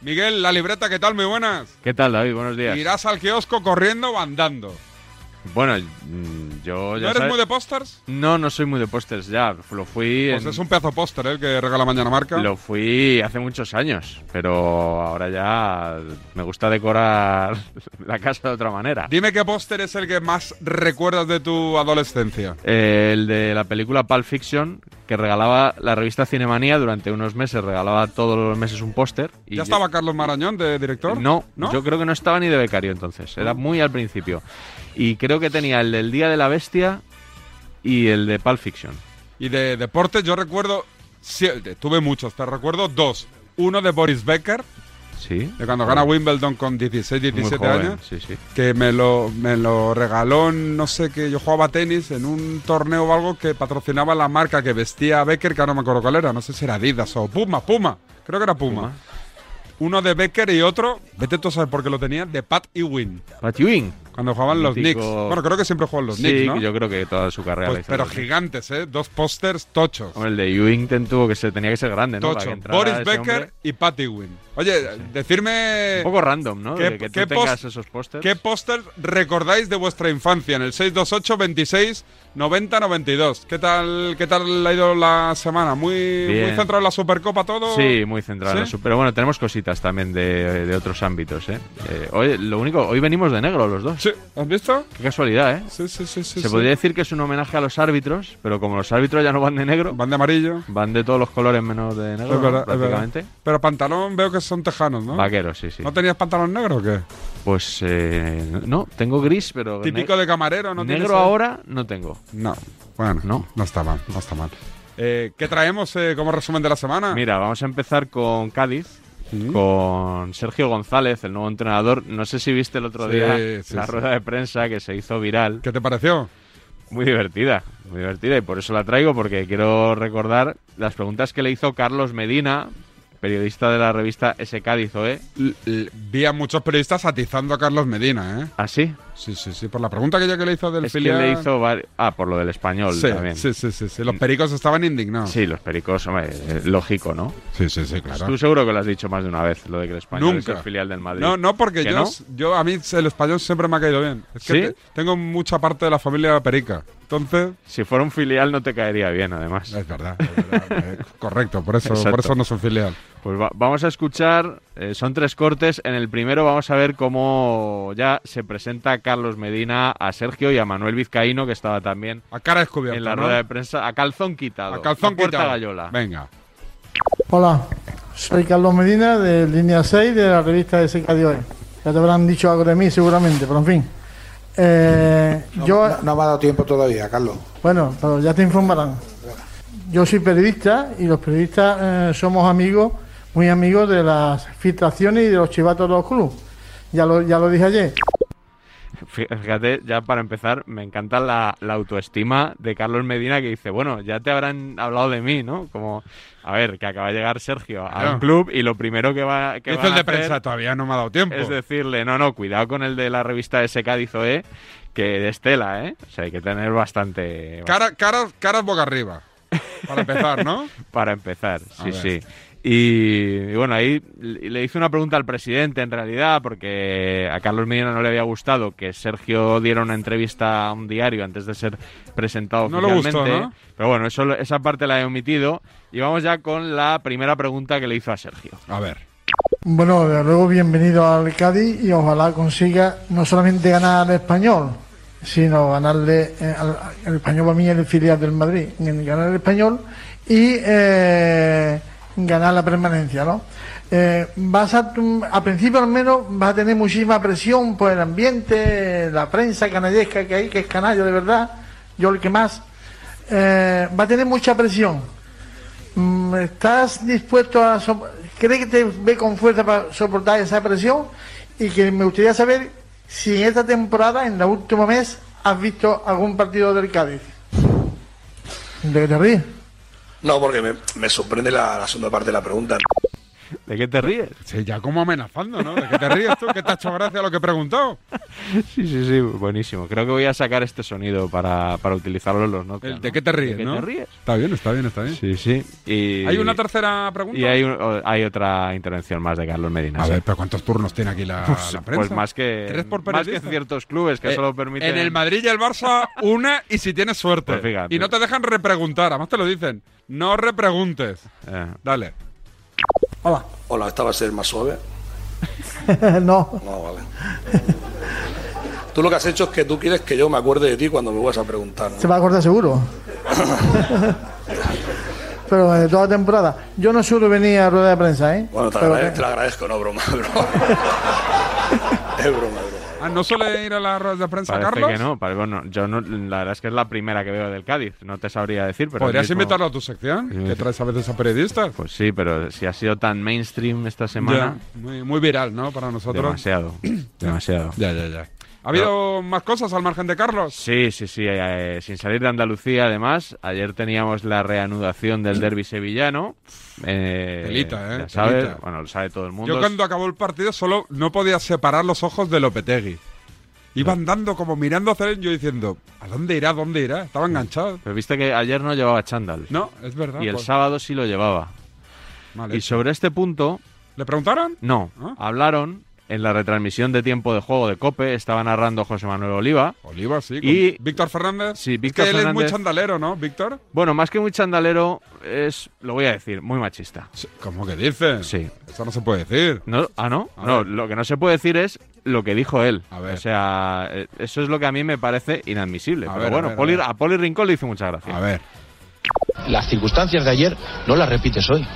Miguel, la libreta, ¿qué tal? Muy buenas. ¿Qué tal, David? Buenos días. Irás al kiosco corriendo o andando. Bueno, mm, yo ¿No ya eres sabes- muy de pósters? No, no soy muy de pósters ya. Lo fui Pues en- es un pedazo de póster ¿eh? el que regala mañana marca. Lo fui hace muchos años, pero ahora ya me gusta decorar la casa de otra manera. Dime qué póster es el que más recuerdas de tu adolescencia. Eh, el de la película Pulp Fiction, que regalaba la revista Cinemanía durante unos meses, regalaba todos los meses un póster. ¿Ya y yo- estaba Carlos Marañón de director? No, ¿No? yo creo que no estaba ni de becario entonces, era muy al principio. Y creo que tenía el del Día de la Bestia y el de Pulp Fiction. Y de deportes yo recuerdo... sí, de- tuve muchos, te recuerdo dos. Uno de Boris Becker, Sí. de cuando gana Wimbledon con 16, Muy 17 joven, años. Sí, sí. que me lo, me lo regaló, en, no sé qué, yo jugaba tenis en un torneo o algo que patrocinaba la marca que vestía Becker, que ahora no me acuerdo cuál era, no sé si era Adidas o Puma, Puma, creo que era Puma. Puma. Uno de Becker y otro, vete tú a saber por qué lo tenía, de Pat Ewing, Pat Ewing. cuando jugaban los Mítico- Knicks. Bueno, creo que siempre juegan los sí, Knicks, ¿no? yo creo que toda su carrera. Pues, la hizo pero los Knicks. gigantes, ¿eh? Dos pósters tochos. Hombre, el de Ewing ten- tuvo que ser, tenía que ser grande, ¿no? Para Tocho, que entrara Boris ese Becker hombre. y Pat Ewing. Oye, decirme... Un poco random, ¿no? ¿Qué- De que tú qué tengas post- esos pósters. ¿Qué póster recordáis de vuestra infancia en el 628 26 90 92? ¿Qué tal, qué tal ha ido la semana? ¿Muy, Bien. muy centrado en la Supercopa todo? Sí, muy centrado. en ¿Sí? eso. Pero bueno, tenemos cositas también de, de otros ámbitos, ¿eh? Eh, hoy, lo único, hoy venimos de negro los dos. Sí, ¿Has visto? Qué casualidad, ¿eh? Sí, sí, sí. sí sí. Se podría decir que es un homenaje a los árbitros, pero como los árbitros ya no van de negro, Van de amarillo. van de todos los colores menos de negro, es ¿no? verdad, es verdad. prácticamente. Pero pantalón veo que son tejanos, ¿no? Vaqueros, sí, sí. ¿No tenías pantalón negro o qué? Pues eh, no, tengo gris, pero ne- Típico de camarero, ¿no? tienes, negro eh? ahora no tengo. No, bueno, no. No. no está mal, no está mal. Eh, ¿Qué traemos eh, como resumen de la semana? Mira, vamos a empezar con Cádiz, Sí. con Sergio González, el nuevo entrenador. No sé si viste el otro Sí, día sí, la sí. rueda de prensa que se hizo viral. ¿Qué te pareció? Muy divertida, muy divertida y por eso la traigo porque quiero recordar las preguntas que le hizo Carlos Medina, periodista de la revista S Cádiz E. OE. L- l- vi a muchos periodistas atizando a Carlos Medina, ¿eh? ¿Así? Sí, sí, sí, por la pregunta que yo que le hizo del ¿Ah, es que filial. le hizo vari- ah por lo del español sí, también. sí, sí, sí, sí, los pericos estaban indignados. Sí, los pericos, hombre, eh, lógico, ¿no? sí, sí, sí, claro. Tú seguro que lo has dicho más de una vez, lo de que el español Nunca. es el filial del Madrid. No, no, porque ¿Que yo, no? yo a mí el español siempre me ha caído bien. Es que ¿Sí? te- tengo mucha parte de la familia perica. Entonces, Si fuera un filial no te caería bien, además. eh. es verdad, es verdad, eh, correcto, por eso, Exacto. por eso no es un filial. Pues va- vamos a escuchar, eh, son tres cortes. En el primero vamos a ver cómo ya se presenta Carlos Medina a Sergio y a Manuel Vizcaíno, que estaba también A cara descubierta. en la ¿no? rueda de prensa, a calzón quitado. A calzón puerta quitado. gallola. Venga. Hola, soy Carlos Medina de Línea 6 de la revista de Seca de hoy. Ya te habrán dicho algo de mí seguramente, pero en fin. Eh, yo, No, no me ha dado tiempo todavía, Carlos. bueno, pero ya te informarán. Yo soy periodista y los periodistas eh, somos amigos, muy amigos de las filtraciones y de los chivatos de los clubes. Ya lo, ya lo dije ayer. Fíjate, ya para empezar, me encanta la, la autoestima de Carlos Medina que dice, bueno, ya te habrán hablado de mí, ¿no? Como, a ver, que acaba de llegar Sergio a Claro. un club y lo primero que va que Hizo van el a de hacer prensa, todavía no me ha dado tiempo. es decirle, no, no, cuidado con el de la revista de ese Cádiz OE, que de Estela, ¿eh? O sea, hay que tener bastante... Cara, caras, caras boca arriba. Para empezar, ¿no? Para empezar, sí, ver. sí. Y, y bueno, ahí le le hice una pregunta al presidente en realidad, porque a Carlos Medina no le había gustado que Sergio diera una entrevista a un diario antes de ser presentado No le oficialmente. gustó, ¿no? Pero bueno, eso, lo- esa parte la he omitido. Y vamos ya con la primera pregunta que le hizo a Sergio. A ver. Bueno, desde luego bienvenido al Cádiz y ojalá consiga no solamente ganar al español, sino ganarle eh, al, el español para mí es el filial del Madrid, en ganar el español y eh, ganar la permanencia, ¿no? Eh, vas a, tu- a principio al menos vas a tener muchísima presión por el ambiente, la prensa canallesca que hay, que es canalla de verdad, yo el que más, eh, va a tener mucha presión. Mm, ¿Estás dispuesto a... sop- ¿Crees que te ve con fuerza para soportar esa presión? Y que me gustaría saber si en esta temporada, en el último mes, has visto algún partido del Cádiz. ¿De qué te ríes? No, porque me, me sorprende la, la segunda parte de la pregunta. ¿De qué te ríes? Sí, ya como amenazando, ¿no? ¿De qué te ríes tú? ¿Qué te ha hecho gracia lo que he preguntado? Sí, sí, sí, buenísimo. Creo que voy a sacar este sonido para, para utilizarlo en los notas. El de qué te ríes, ¿De ¿no? qué te ríes? Está bien, está bien, está bien. Sí, sí. Y, ¿Hay una tercera pregunta? y hay, un- o- hay otra intervención más de Carlos Medina. A sí. ver, pero ¿cuántos turnos tiene aquí la, pues, la pues prensa? más que, Tres por más que en periodista. ciertos clubes que Eh, solo permiten. En el Madrid y el Barça, una y si tienes suerte. Pues fíjate. Y no te dejan repreguntar, además te lo dicen. No repreguntes. Eh, Dale. Hola. Hola, esta va a ser más suave. no, No, vale. tú lo que has hecho es que tú quieres que yo me acuerde de ti cuando me vas a preguntar. ¿no? se va a acordar seguro. Pero de toda temporada. Yo no suelo venir a rueda de prensa, ¿eh? Bueno, te, Pero agrade- que- te lo agradezco, no, broma, broma. es broma, broma. Ah, ¿No suele ir a las ruedas de prensa, parece Carlos? que no. pare- bueno, yo no, la verdad es que es la primera que veo del Cádiz. No te sabría decir, pero. ¿Podrías el mismo- invitarlo a tu sección? Sí. Que traes a veces a periodistas. Pues sí, pero si ha sido tan mainstream esta semana. Ya, muy, muy viral, ¿no? Para nosotros. Demasiado. demasiado. Ya, ya, ya. ¿Ha habido más cosas al margen de Carlos? Sí, sí, sí. eh, sin salir de Andalucía, además. Ayer teníamos la reanudación del derby sevillano. Eh, Telita, ¿eh? Ya sabes, Telita. bueno, lo sabe todo el mundo. Yo cuando acabó el partido solo no podía separar los ojos de Lopetegui. Iba andando como mirando hacia él, yo diciendo, ¿a dónde irá? ¿Dónde irá? Estaba enganchado. Pero viste que ayer no llevaba chándal. No, es verdad. y el pues, sábado sí lo llevaba. vale. Y sobre este punto, ¿Le preguntaron? no. ¿Ah? Hablaron en la retransmisión de tiempo de juego de Cope, estaba narrando José Manuel Oliva. Oliva, sí. con Y- Víctor Fernández. Sí, Es Víctor que él es muy Fernández. chandalero, ¿no, Víctor? Bueno, más que muy chandalero, es, lo voy a decir, muy machista. Sí, ¿Cómo que dice? Sí. Eso no se puede decir. ¿No? ¿Ah, no? A no, ver. lo que no se puede decir es lo que dijo él. A ver. O sea, eh, eso es lo que a mí me parece inadmisible. A Pero ver, a bueno, ver, a Poli- ver. a Poli Rincón le hizo mucha gracia. A ver. las circunstancias de ayer no las repites hoy.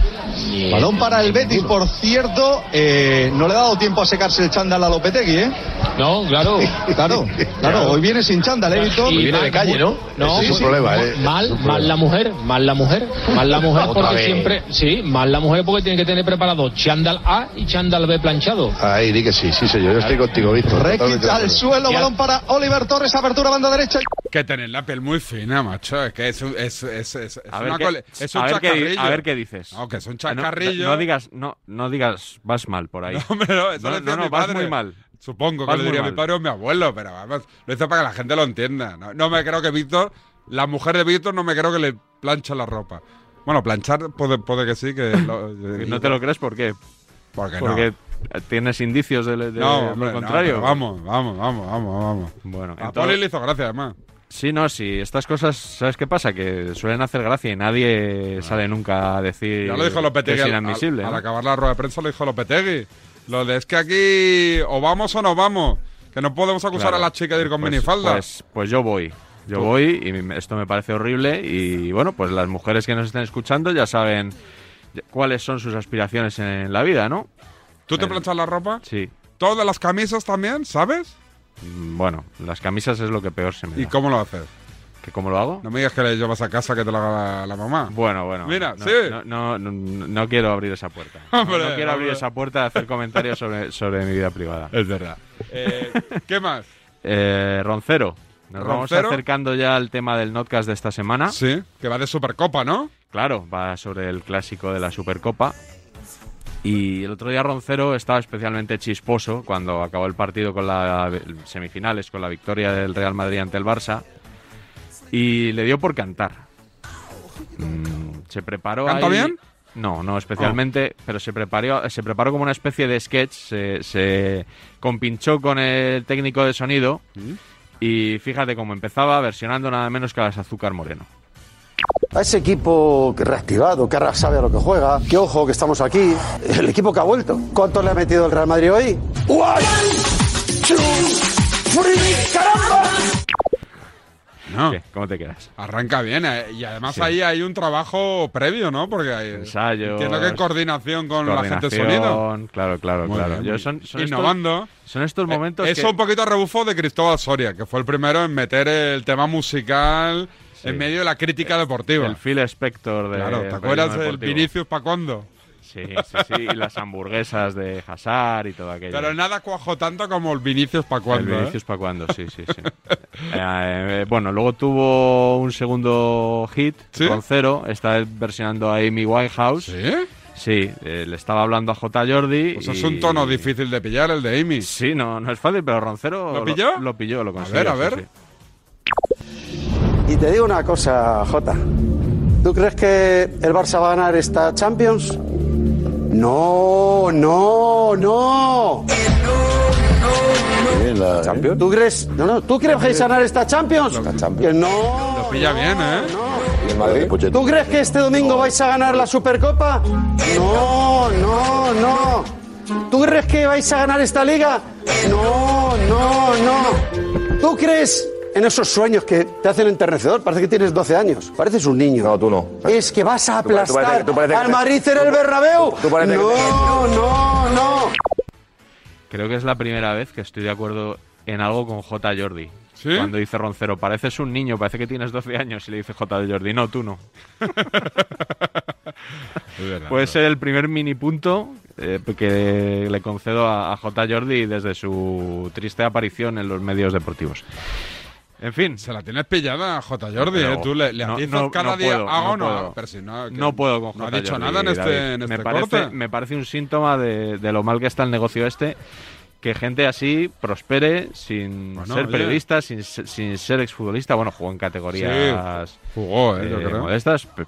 Balón para el Betis, por cierto, eh, no le ha dado tiempo a secarse el chándal a Lopetegui, ¿eh? No, claro. Claro, claro, hoy viene sin chándal, ¿eh, Víctor? mal, No, Sí, sí. ¿eh? Mal, mal la mujer, mal la mujer, mal la mujer porque siempre, sí, mal la mujer porque tiene que tener preparado chándal A y chándal B planchado. Ahí, di que sí, sí, señor. Yo estoy contigo, Víctor. Rekic Totalmente de al acuerdo. suelo, balón para Oliver Torres, apertura, banda derecha. Que tener la piel muy fina, macho. Es que es un, es, es, es, es A una ver, cole- qué, es un a, ver qué, di- chacarrillo. a ver qué dices. No, que es un Ah, no, chacarrillo. No, no digas, no, no digas, vas mal por ahí. No, hombre, no, eso No, lo decía no, no, mi vas padre. muy mal. Supongo que Vas lo muy diría mal. mi padre o mi abuelo, pero vamos, lo hice para que la gente lo entienda. No, no me creo que Víctor, la mujer de Víctor, no me creo que le plancha la ropa. Bueno, planchar puede, puede que sí, que lo- eh, ¿No te lo crees por qué? porque, Porque no. tienes indicios de, de- No, de hombre, lo no, contrario. pero vamos, vamos, vamos, vamos, vamos. Bueno, A entonces- Poli le hizo gracia, además. sí, no, sí. Estas cosas, ¿sabes qué pasa? Que suelen hacer gracia y nadie sale nunca a decir Ya lo dijo que Lopetegui es al- inadmisible. al, al ¿no? acabar la rueda de prensa, lo dijo Lopetegui. Lo de es que aquí o vamos o no vamos. Que no podemos acusar Claro. a la chica de ir con Pues- minifalda. Pues, pues yo voy. Yo voy y me- esto me parece horrible. Y bueno, pues las mujeres que nos estén escuchando ya saben ya- cuáles son sus aspiraciones en la vida, ¿no? ¿Tú te el- planchas la ropa? Sí. ¿Todas las camisas también? ¿Sabes? Mm, Bueno, las camisas es lo que peor se me da. ¿Y cómo lo haces? ¿Que ¿Cómo lo hago? No me digas que le llevas a casa que te lo haga la, la mamá. Bueno, bueno. Mira, no, sí. No, no, no, no quiero abrir esa puerta. No- Hombre, no, quiero abrir hombre. esa puerta de hacer comentarios sobre, sobre mi vida privada. Es verdad. Eh, ¿Qué más? Eh, Roncero. Nos vamos Roncero. acercando ya al tema del notcast de esta semana. Sí, que va de Supercopa, ¿no? Claro, va sobre el clásico de la Supercopa. Y el otro día Roncero estaba especialmente chisposo cuando acabó el partido con las semifinales, con la victoria del Real Madrid ante el Barça. Y le dio por cantar. Mm, se preparó ¿Canta ahí- bien? Oh. No, no especialmente, pero se preparó, se preparó como una especie de sketch, se, se compinchó con el técnico de sonido Mm. y fíjate cómo empezaba versionando nada menos que a las Azúcar Moreno. A ese equipo que reactivado, que ahora sabe a lo que juega, que ojo que estamos aquí, el equipo que ha vuelto. ¿Cuánto le ha metido el Real Madrid hoy? ¡One, two, three, caramba! No. ¿Qué? ¿Cómo te quedas? Arranca bien. eh, Y además Sí. ahí hay un trabajo previo, ¿no? Porque hay. Ensayos, Entiendo que coordinación con la gente de sonido. Coordinación, Claro, claro, Muy claro. bien, Yo muy son, bien. son Innovando. Estos, son estos momentos Eh, Eso que- un poquito a rebufo de Cristóbal Soria, que fue el primero en meter el tema musical Sí. en medio de la crítica deportiva. el Phil Spector de claro, ¿te del acuerdas periodismo del deportivo. Vinicius para cuándo? Sí, sí, sí, y las hamburguesas de Hazard y todo aquello. Pero nada cuajo tanto como el Vinicius para cuándo. El ¿eh? Vinicius para cuando, sí, sí, sí. Eh, eh, bueno, luego tuvo un segundo hit ¿Sí? con cero, está versionando a Amy Winehouse. ¿Sí? Sí, Sí, eh, le estaba hablando a J. Jordi. Pues es un tono difícil de pillar el de Amy. Sí, no, no es fácil, pero Roncero. ¿Lo pilló? Lo, pilló, lo consiguió. ver, a sí, ver. sí. Y te digo una cosa, Jota. ¿Tú crees que el Barça va a ganar esta Champions? No, no, no. Bien, la- ¿eh? ¿Tú crees? No, no. ¿Tú crees que vais a ganar esta Champions? Que no. Lo pilla bien, ¿eh? Pochettino. ¿Tú crees que este domingo vais a ganar la Supercopa? No, no, no. ¿Tú crees que vais a ganar esta liga? No, no, no. ¿Tú crees en esos sueños que te hacen enternecedor? Parece que tienes 12 años. Pareces un niño. No, tú no. Es que vas a Tú pare- tú parece aplastar que- tú parece que al te- Madrid en el Bernabéu. tú parece que te- No, no, no. Creo que es la primera vez que estoy de acuerdo en algo con J. Jordi. ¿Sí? Cuando dice Roncero, pareces un niño, parece que tienes 12 años. Y le dice J. Jordi, no, tú no. Es verdad. Puede ser el primer mini punto eh, que le concedo a, a J. Jordi desde su triste aparición en los medios deportivos. En fin, Se la tienes pillada a J. Jordi, Pero ¿eh? Tú le, le no- atizas no- cada no día. puedo, hago o no no, hago? puedo. Pero si no, que no puedo con No ha J. dicho Jordi, nada en este, David. en este me parece, corte. Me parece un síntoma de, de lo mal que está el negocio este. Que gente así prospere sin Bueno, ser oye. periodista, sin, se- sin ser exfutbolista. Bueno, jugó en categorías Jugó, ¿eh? eh, yo creo. modestas. pe-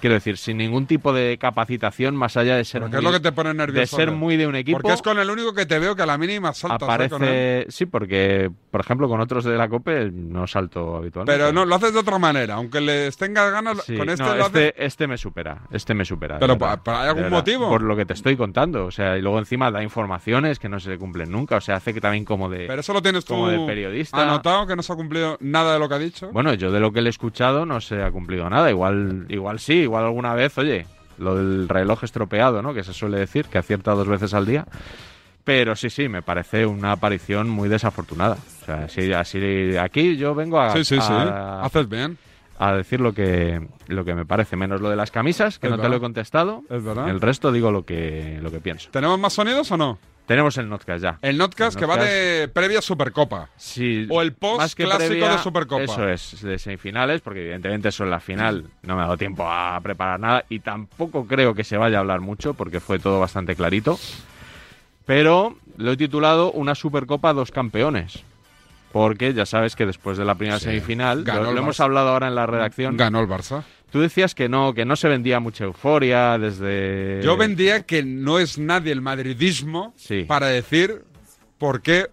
Quiero decir, sin ningún tipo de capacitación más allá de ser, Porque muy, es lo que te pone nervioso. eh? de ser ¿no? muy de un equipo. Porque es con el único que te veo que a la mínima saltas. ¿eh? con él. aparece. Sí, porque, por ejemplo, con otros de la COPE no salto habitualmente. Pero no, lo haces de otra manera. Aunque les tengas ganas, este. Sí, con este no, lo haces. este, este me supera, este me supera. de Pero verdad, pa- pa- ¿hay de algún verdad, motivo? Por lo que te estoy contando, o sea, y luego encima da informaciones que no se le cumplen nunca, o sea, hace que también como de... Pero eso lo tienes tú como de periodista. anotado, que no se ha cumplido nada de lo que ha dicho. Bueno, yo de lo que le he escuchado no se ha cumplido nada, igual, igual sí, igual alguna vez, oye, lo del reloj estropeado, ¿no? Que se suele decir, que acierta dos veces al día. Pero sí, sí, me parece una aparición muy desafortunada. O sea, sí, así, aquí yo vengo a, sí, sí, sí. a- Haces bien. a decir lo que, lo que me parece, menos lo de las camisas, que Es no te verdad. lo he contestado. Es verdad. El resto digo lo que, lo que pienso. ¿Tenemos más sonidos o no? Tenemos el Notcast ya. El Notcast El que va de previa Supercopa. Sí, o el post más que clásico previa, de Supercopa. Eso es, de semifinales, porque evidentemente son la final. No me ha dado tiempo a preparar nada y tampoco creo que se vaya a hablar mucho porque fue todo bastante clarito. Pero lo he titulado Una Supercopa dos campeones. Porque ya sabes que después de la primera Sí, semifinal, ganó lo, el lo hemos Barça. hablado ahora en la redacción, Ganó el Barça. Tú decías que no, que no se vendía mucha euforia desde. Yo vendía que no es nadie el madridismo Sí. para decir por qué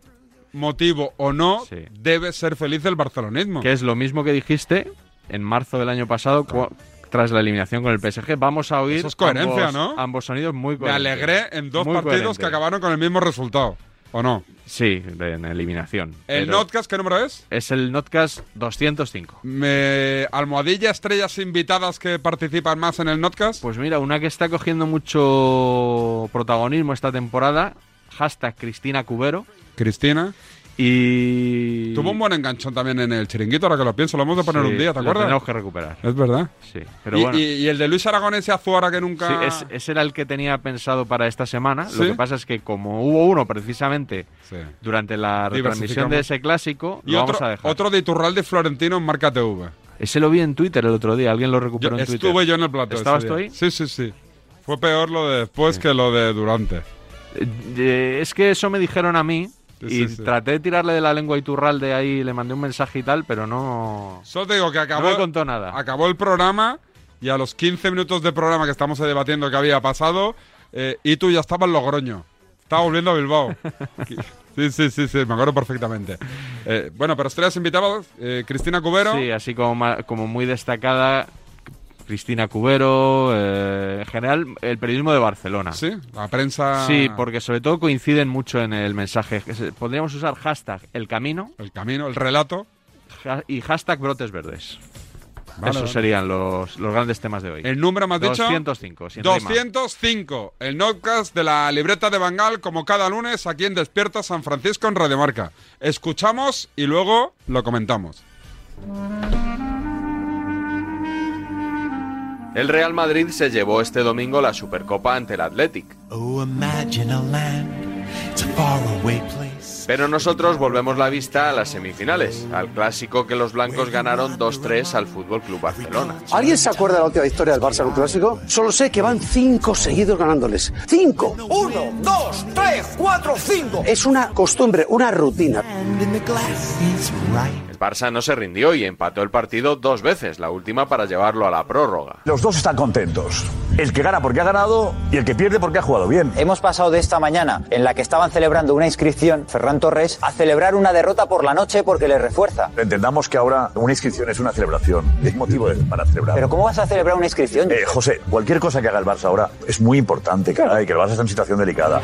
motivo o no Sí. debe ser feliz el barcelonismo. Que es lo mismo que dijiste en marzo del año pasado, cua- tras la eliminación con el PSG. Vamos a oír. Eso es coherencia, ambos, ¿no? ambos sonidos muy Me coherentes. alegré en dos Muy partidos coherente. que acabaron con el mismo resultado. ¿O no? Sí, de- en eliminación. ¿El Pero Notcast qué número es? Es el Notcast 205. Me... ¿Almohadilla estrellas invitadas que participan más en el Notcast? Pues mira, una que está cogiendo mucho protagonismo esta temporada, hashtag Cristina Cubero. Cristina. Y. Tuvo un buen enganchón también en el chiringuito, ahora que lo pienso. Lo hemos de poner Sí, un día, ¿te lo acuerdas? Tenemos que recuperar. Es verdad. Sí, pero y, bueno. y- y el de Luis Aragonés y Azuara que Sí, nunca. es- ese era el que tenía pensado para esta semana. ¿Sí? Lo que pasa es que como hubo uno precisamente Sí. durante la retransmisión Diversificamos. de ese clásico, Y lo otro, vamos a dejar. otro de Iturralde y Florentino en Marca TV. Ese lo vi en Twitter el otro día, alguien lo Yo- recuperó en Twitter. estuve yo en el plato. ese ¿Estabas día. tú ahí? Sí, sí, sí. Fue peor lo de después que lo de durante. Eh, es que eso me dijeron a mí Sí, y sí, sí. traté de tirarle de la lengua a Iturralde ahí, le mandé un mensaje y tal, pero no... Solo te digo que acabó, me contó nada. acabó el programa y a los 15 minutos de programa que estamos debatiendo que había pasado, eh, y tú ya estaba en Logroño. Estaba volviendo a Bilbao. Sí, sí, sí, sí, me acuerdo perfectamente. Eh, bueno, pero estrellas invitadas, eh, Cristina Cubero. Sí, así como, ma- como muy destacada, Cristina Cubero, eh, en general el periodismo de Barcelona. Sí, la prensa. Sí, porque sobre todo coinciden mucho en el mensaje. Es- eh, Podríamos usar hashtag el camino El camino, el relato. ja- y hashtag brotes verdes. Vale, Esos vale. serían los, los grandes temas de hoy. El número, más dicho. 205. sin rima. 205, el podcast de la libreta de Bangal, como cada lunes aquí en Despierta San Francisco en Radio Marca. Escuchamos y luego lo comentamos. El Real Madrid se llevó este domingo la Supercopa ante el Athletic. Oh, imagine a land, it's a faraway place. Pero nosotros volvemos la vista a las semifinales, al clásico que los blancos ganaron 2-3 al Fútbol Club Barcelona. ¿Alguien se acuerda de la última historia del Barça en un clásico? Solo sé que van cinco seguidos ganándoles. ¡Cinco! Uno, dos, tres, cuatro, cinco. Es una costumbre, una rutina. El Barça no se rindió y empató el partido dos veces, la última para llevarlo a la prórroga. Los dos están contentos. El que gana porque ha ganado y el que pierde porque ha jugado bien. Hemos pasado de esta mañana, en la que estaban celebrando una inscripción, Ferran Torres, a celebrar una derrota por la noche porque le refuerza. Entendamos que ahora una inscripción es una celebración. Es motivo de- para celebrar. Pero ¿cómo vas a celebrar una inscripción? Eh, José, cualquier cosa que haga el Barça ahora es muy importante, caray, que el Barça está en situación delicada.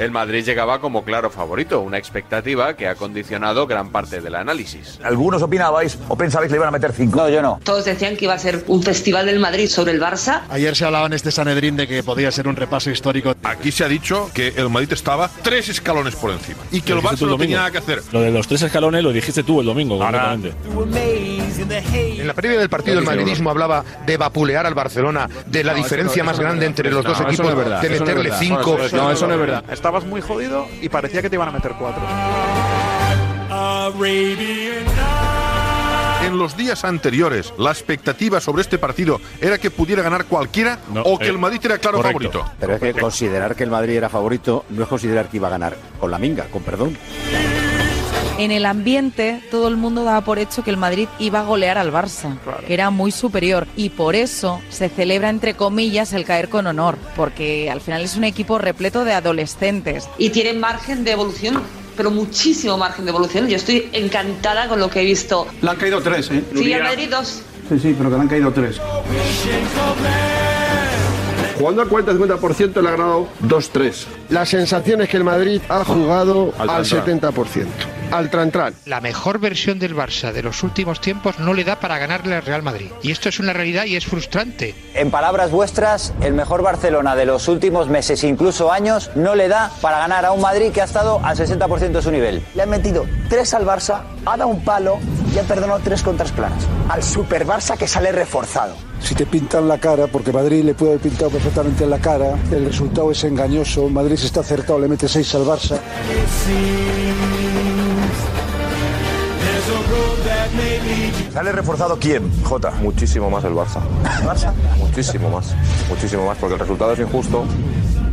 El Madrid llegaba como claro favorito, una expectativa que ha condicionado gran parte del análisis. Algunos opinabais o pensabais que le iban a meter cinco. No, yo no. Todos decían que iba a ser un festival del Madrid sobre el Barça. Ayer se hablaba en este Sanedrín de que podía ser un repaso histórico. Aquí se ha dicho que el Madrid estaba tres escalones por encima y que el Barça no tenía nada que hacer. Lo de los tres escalones lo dijiste tú el domingo. Ahora- En la previa del partido el madridismo hablaba de vapulear al Barcelona, de la No, eso diferencia no, más eso no grande es entre verdad. los dos No, eso equipos, no es verdad, de Ah, eso no es meterle verdad. cinco. No, eso no, eso no es verdad. Estabas muy jodido y parecía que te iban a meter cuatro. En los días anteriores, la expectativa sobre este partido era que pudiera ganar cualquiera o que eh, el Madrid era claro correcto. favorito. Pero es que considerar que el Madrid era favorito no es considerar que iba a ganar con la minga, con perdón. En el ambiente todo el mundo daba por hecho que el Madrid iba a golear al Barça, que era muy superior y por eso se celebra entre comillas el caer con honor, porque al final es un equipo repleto de adolescentes. Y tiene margen de evolución, pero muchísimo margen de evolución. Yo estoy encantada con lo que he visto. Le han caído tres, ¿eh? Sí, al Madrid dos. Sí, sí, pero que le han caído tres. Jugando al 40-50% le ha ganado 2-3. La sensación es que el Madrid ha jugado Al al, trantrán. 70%. Al trantrán. La mejor versión del Barça de los últimos tiempos no le da para ganarle al Real Madrid. Y esto es una realidad y es frustrante. En palabras vuestras, el mejor Barcelona de los últimos meses, incluso años, no le da para ganar a un Madrid que ha estado al 60% de su nivel. Le han metido tres al Barça, ha dado un palo y ha perdonado tres contras claras. Al Super Barça que sale reforzado. Si te pintan la cara, porque Madrid le puede haber pintado perfectamente la cara, el resultado es engañoso, Madrid se está acertado, le mete 6 al Barça. ¿Sale reforzado quién, Jota? Muchísimo más el Barça. Barça? Muchísimo más. Muchísimo más, porque el resultado es injusto.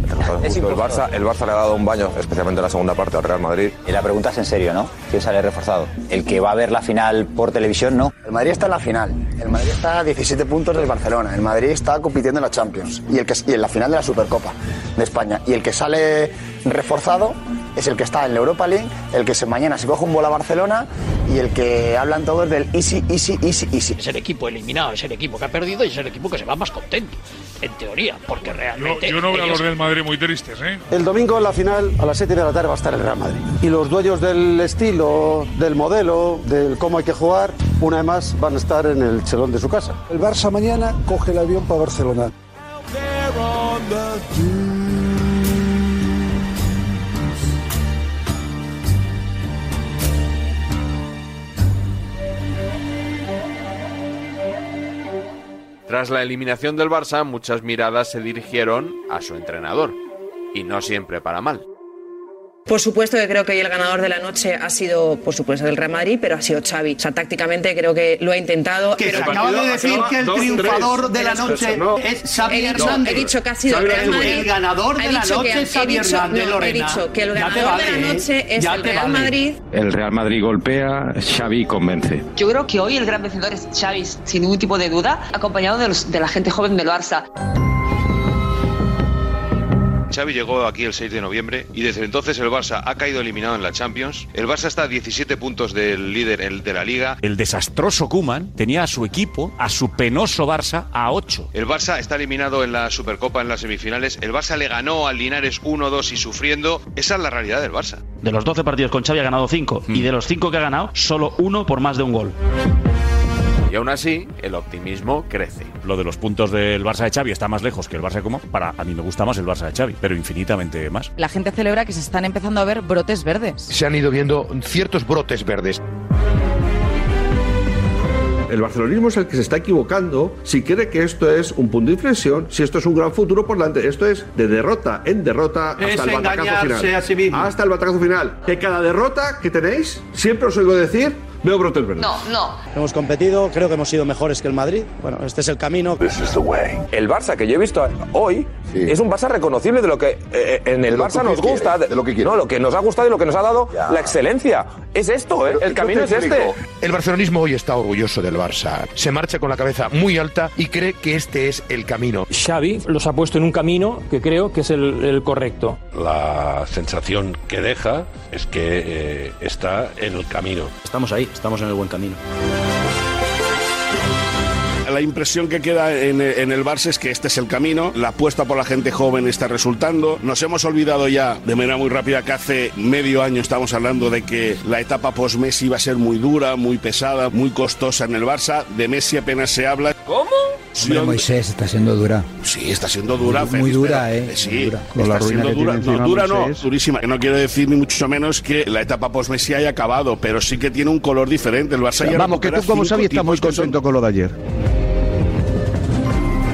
El resultado es Es injusto. El injusto. Barça, el Barça le ha dado un baño, especialmente en la segunda parte al Real Madrid. Y la pregunta es en serio, ¿no? ¿Quién sale reforzado? ¿El que va a ver la final por televisión, no? El Madrid está en la final. El Madrid está a 17 puntos del Barcelona. El Madrid está compitiendo en la Champions y, el que, y en la final de la Supercopa de España. Y el que sale reforzado es el que está en la Europa League, el que se mañana se coge un bola a Barcelona y el que hablan todos del easy, easy, easy, easy. Es el equipo eliminado, es el equipo que ha perdido y es el equipo que se va más contento, en teoría, porque realmente. Yo no veo a ellos- los del Madrid muy tristes, ¿eh? El domingo en la final a las 7 de la tarde va a estar el Real Madrid. Y los dueños del estilo, del modelo, del cómo hay que jugar, una vez más van a estar en el chelón de su casa. El Barça mañana coge el avión para Barcelona. Tras la eliminación del Barça, muchas miradas se dirigieron a su entrenador. Y no siempre para mal. Por supuesto que creo que hoy el ganador de la noche ha sido, por supuesto, el Real Madrid, pero ha sido Xavi. O sea, tácticamente creo que lo ha intentado. Que pero se acaba de decir que el triunfador de la noche es Xavi He dicho- Hernández. He dicho que ha sido Xavi el Real Hernández. Madrid. El ganador He de la dicho que- noche es he Xavi dicho- no, Hernández, he Lorena. dicho que el Ya te ganador de vale, la ¿eh? noche es Ya el te Real vale. Madrid. El Real Madrid golpea, Xavi convence. Yo creo que hoy el gran vencedor es Xavi, sin ningún tipo de duda, acompañado de, los- de la gente joven del Barça. Xavi llegó aquí el 6 de noviembre y desde entonces el Barça ha caído eliminado en la Champions. El Barça está a 17 puntos del líder el de la liga. El desastroso Kuman tenía a su equipo, a su penoso Barça, a 8. El Barça está eliminado en la Supercopa en las semifinales. El Barça le ganó al Linares 1-2 y sufriendo. Esa es la realidad del Barça. De los 12 partidos con Xavi ha ganado 5 Hmm. y de los 5 que ha ganado, solo uno por más de un gol. Y aún así, el optimismo crece. Lo de los puntos del Barça de Xavi está más lejos que el Barça como para a mí me gusta más el Barça de Xavi, pero infinitamente más. La gente celebra que se están empezando a ver brotes verdes. Se han ido viendo ciertos brotes verdes. El barcelonismo es el que se está equivocando si cree que esto es un punto de inflexión, si esto es un gran futuro por delante. Esto es de derrota en derrota hasta Es el batacazo engañarse final. a sí mismo. Hasta el batacazo final. Que cada derrota que tenéis, siempre os oigo decir, veo brotes verdes. no. Hemos competido, creo que hemos sido mejores que el Madrid. Bueno, este es el camino. El Barça que yo he visto hoy es un Barça reconocible de lo que eh, en el De lo Barça que nos quiere, gusta, de lo que quiere. no, lo que nos ha gustado y lo que nos ha dado la excelencia. Es esto, ¿eh? el camino es este. El barcelonismo hoy está orgulloso del Barça. Se marcha con la cabeza muy alta y cree que este es el camino. Xavi los ha puesto en un camino que creo que es el, el correcto. La sensación que deja es que eh, está en el camino. Estamos ahí, estamos en el buen camino. La impresión que queda en, en el Barça es que este es el camino, la apuesta por la gente joven está resultando. Nos hemos olvidado ya de manera muy rápida que hace medio año estamos hablando de que la etapa post-Messi iba a ser muy dura, muy pesada, muy costosa en el Barça. De Messi apenas se habla. ¿Cómo? Hombre, Moisés está siendo dura. Sí, está siendo dura. Muy- muy Félix, dura, pero- ¿eh? Sí, Muy dura. está Con la ruina siendo que dura. tiene No, encima dura no, Moisés. durísima. No quiero decir ni mucho menos que la etapa post-Messi haya acabado, pero sí que tiene un color diferente. El Barça ya Vamos, que recupera tú como cinco Xavi estás muy tipos que son- contento con lo de ayer.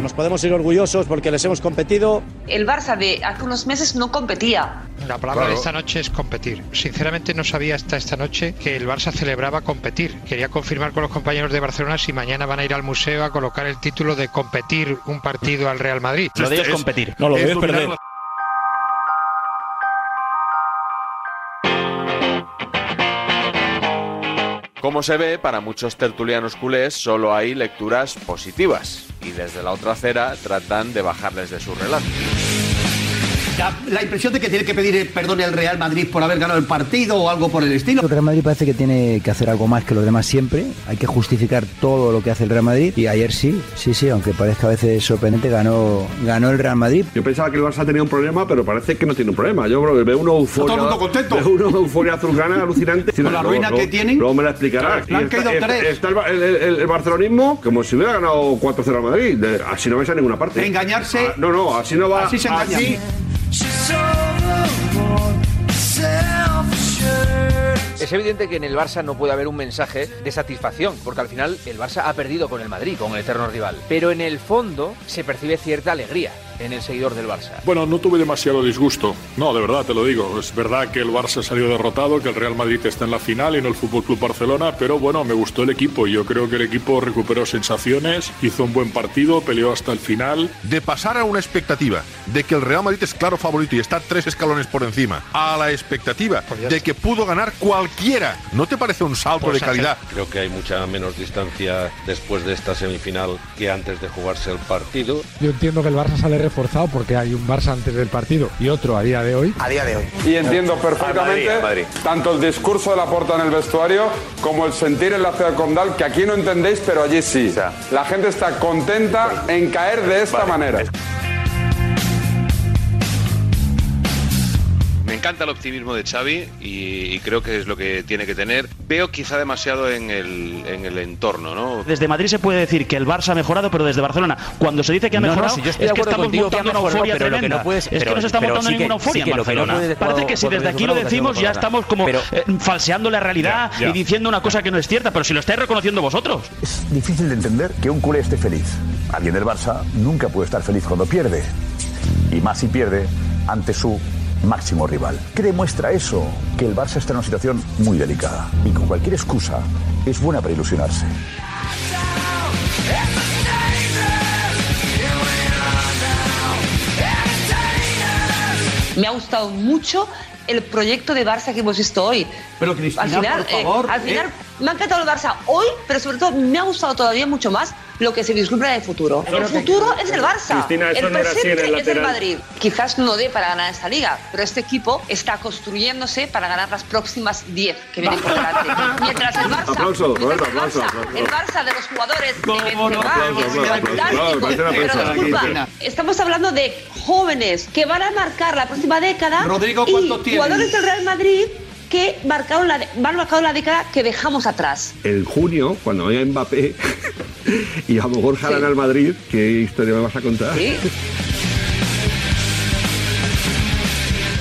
Nos podemos ir orgullosos porque les hemos competido. El Barça de hace unos meses no competía. La palabra Claro. de esta noche es competir. Sinceramente no sabía hasta esta noche que el Barça celebraba competir. Quería confirmar con los compañeros de Barcelona si mañana van a ir al museo a colocar el título de competir un partido al Real Madrid. Lo Este de ellos es competir. No, lo de ellos dominar perder. la- Como se ve, para muchos tertulianos culés solo hay lecturas positivas y desde la otra acera tratan de bajarles de su relato. La, la impresión de que tiene que pedir eh, perdón el Real Madrid por haber ganado el partido o algo por el estilo. El Real Madrid parece que tiene que hacer algo más que los demás siempre. Hay que justificar todo lo que hace el Real Madrid. Y ayer sí, sí, sí, aunque parezca a veces sorprendente, ganó, ganó el Real Madrid. Yo pensaba que el Barça tenía un problema, pero parece que no tiene un problema. Yo creo que veo una euforia. Todo el mundo contento. Veo una euforia azulgrana alucinante. Con la ruina que tienen. Luego me la explicarás. Le han Y está- caído está- tres. Está el, ba- el- el- el barcelonismo como si hubiera ganado 4-0 al Madrid. De- así no vais a ninguna parte. Engañarse. Ah, no, no, así no va. Así se engaña. así- Es evidente que en el Barça no puede haber un mensaje de satisfacción, porque al final el Barça ha perdido con el Madrid, con el eterno rival. Pero en el fondo se percibe cierta alegría en el seguidor del Barça. Bueno, no tuve demasiado disgusto. No, de verdad te lo digo. Es verdad que el Barça salió derrotado, que el Real Madrid está en la final y no el Fútbol Club Barcelona, pero bueno, me gustó el equipo. Yo creo que el equipo recuperó sensaciones, hizo un buen partido, peleó hasta el final. De pasar a una expectativa de que el Real Madrid es claro favorito y está tres escalones por encima, a la expectativa de que pudo ganar cualquiera, ¿no te parece un salto Pues de calidad? Pues Creo que hay mucha menos distancia después de esta semifinal que antes de jugarse el partido. Yo entiendo que el Barça sale reforzado porque hay un Barça antes del partido y otro a día de hoy. A día de hoy. Y entiendo perfectamente tanto el discurso de la porta en el vestuario como el sentir en la ciudad condal, que aquí no entendéis, pero allí sí. la gente está contenta en caer de esta manera. Me encanta el optimismo de Xavi y, y creo que es lo que tiene que tener. Veo quizá demasiado en el, en el entorno, ¿no? Desde Madrid se puede decir que el Barça ha mejorado, pero desde Barcelona, cuando se dice que ha No, no, mejorado, si yo estoy de es que acuerdo estamos contigo que ha montando una mejorado, euforia pero lo que tremenda. no puedes- es que pero- no se está pero montando sí que- ninguna euforia sí que en lo que no Barcelona. puedes- Parece que si cuando desde aquí lo desmejorado, estás decimos, ya haciendo estamos como Pero- eh, falseando la realidad Ya, ya. y diciendo una cosa que no es cierta, pero si lo estáis reconociendo vosotros. Es difícil de entender que un culé esté feliz. Alguien del Barça nunca puede estar feliz cuando pierde. Y más si pierde ante su máximo rival. ¿Qué demuestra eso? Que el Barça está en una situación muy delicada. Y con cualquier excusa es buena para ilusionarse. Me ha gustado mucho el proyecto de Barça que hemos visto hoy. Pero Cristina, al final, por favor, eh, al eh. final me ha encantado el Barça hoy, pero sobre todo me ha gustado todavía mucho más lo que se vislumbra de futuro. Creo El que- futuro es el Barça. Cristina, eso el no era así en el presente es el lateral. Madrid. Quizás no dé para ganar esta liga, pero este equipo está construyéndose para ganar las próximas 10 que vienen por delante. Mientras el Barça Aplauso, Roberto, aplauso. el Barça de los jugadores de Benzema, no, aplausos, que es aplausos, aplausos, fantástico, parece una pero persona. disculpa, estamos hablando de jóvenes que van a marcar la próxima década Rodrigo, y ¿cuántos tienes? jugadores del Real Madrid que marcaron la, van marcando la década que dejamos atrás. En junio, cuando vaya Mbappé y a lo mejor jalan al Madrid, ¿qué historia me vas a contar? ¿sí?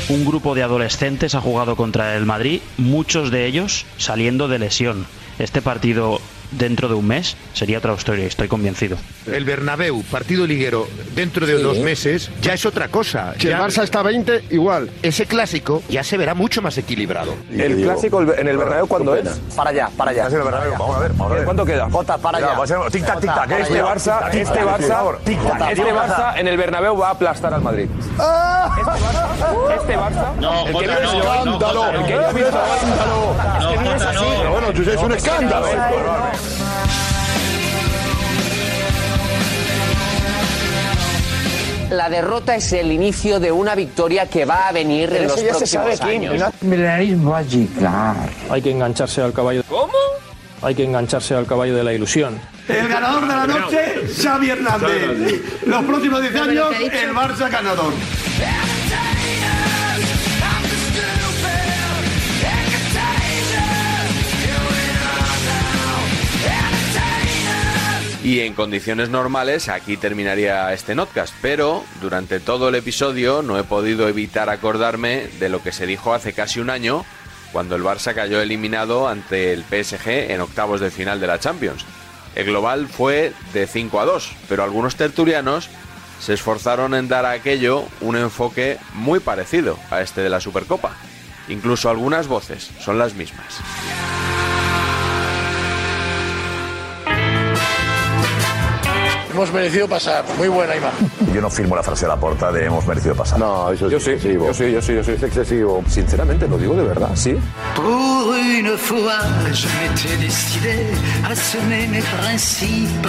Un grupo de adolescentes ha jugado contra el Madrid, muchos de ellos saliendo de lesión. Este partido dentro de un mes, sería otra historia, estoy convencido. El Bernabéu, partido liguero, dentro de Sí. dos meses, ya es otra cosa. Si el Ya- Barça está a 20, igual. Ese clásico ya se verá mucho más equilibrado. El clásico el- en el Bernabéu cuándo es? Para allá, para allá. Clásico del Bernabéu, vamos a ver, vamos a ver. ¿Cuánto queda? Jota, para Mira, allá. va a ser- tic-tac, Jota, tic-tac, eh, para Este allá. Barça, Tic-tac, este tic-tac, Barça, tic-tac, este tic-tac. Barça en el Bernabéu va a aplastar al Madrid. Este Barça, el que Jota, no, vive en el Barça, escándalo. el que vive en el Barça. Pero bueno, José, es un escándalo. La derrota es el inicio de una victoria que va a venir en los próximos años. Mi nariz va a llegar. Hay que engancharse al caballo. ¿Cómo? Hay que engancharse al caballo de la ilusión. El ganador de la noche, Xavi Hernández. Los próximos 10 años, el Barça ganador. Y en condiciones normales aquí terminaría este podcast, pero durante todo el episodio no he podido evitar acordarme de lo que se dijo hace casi un año cuando el Barça cayó eliminado ante el PSG en octavos de final de la Champions. El global fue de 5 a 2, pero algunos tertulianos se esforzaron en dar a aquello un enfoque muy parecido a este de la Supercopa. Incluso algunas voces son las mismas. Hemos merecido pasar. Muy buena imagen. Yo no firmo la frase de la porta de hemos merecido pasar. No, eso es excesivo. Yo sí, yo sí, yo sí. Es excesivo. Sinceramente, lo digo de verdad, sí. Pour une fois, je m'étais décidé à semer mes principes.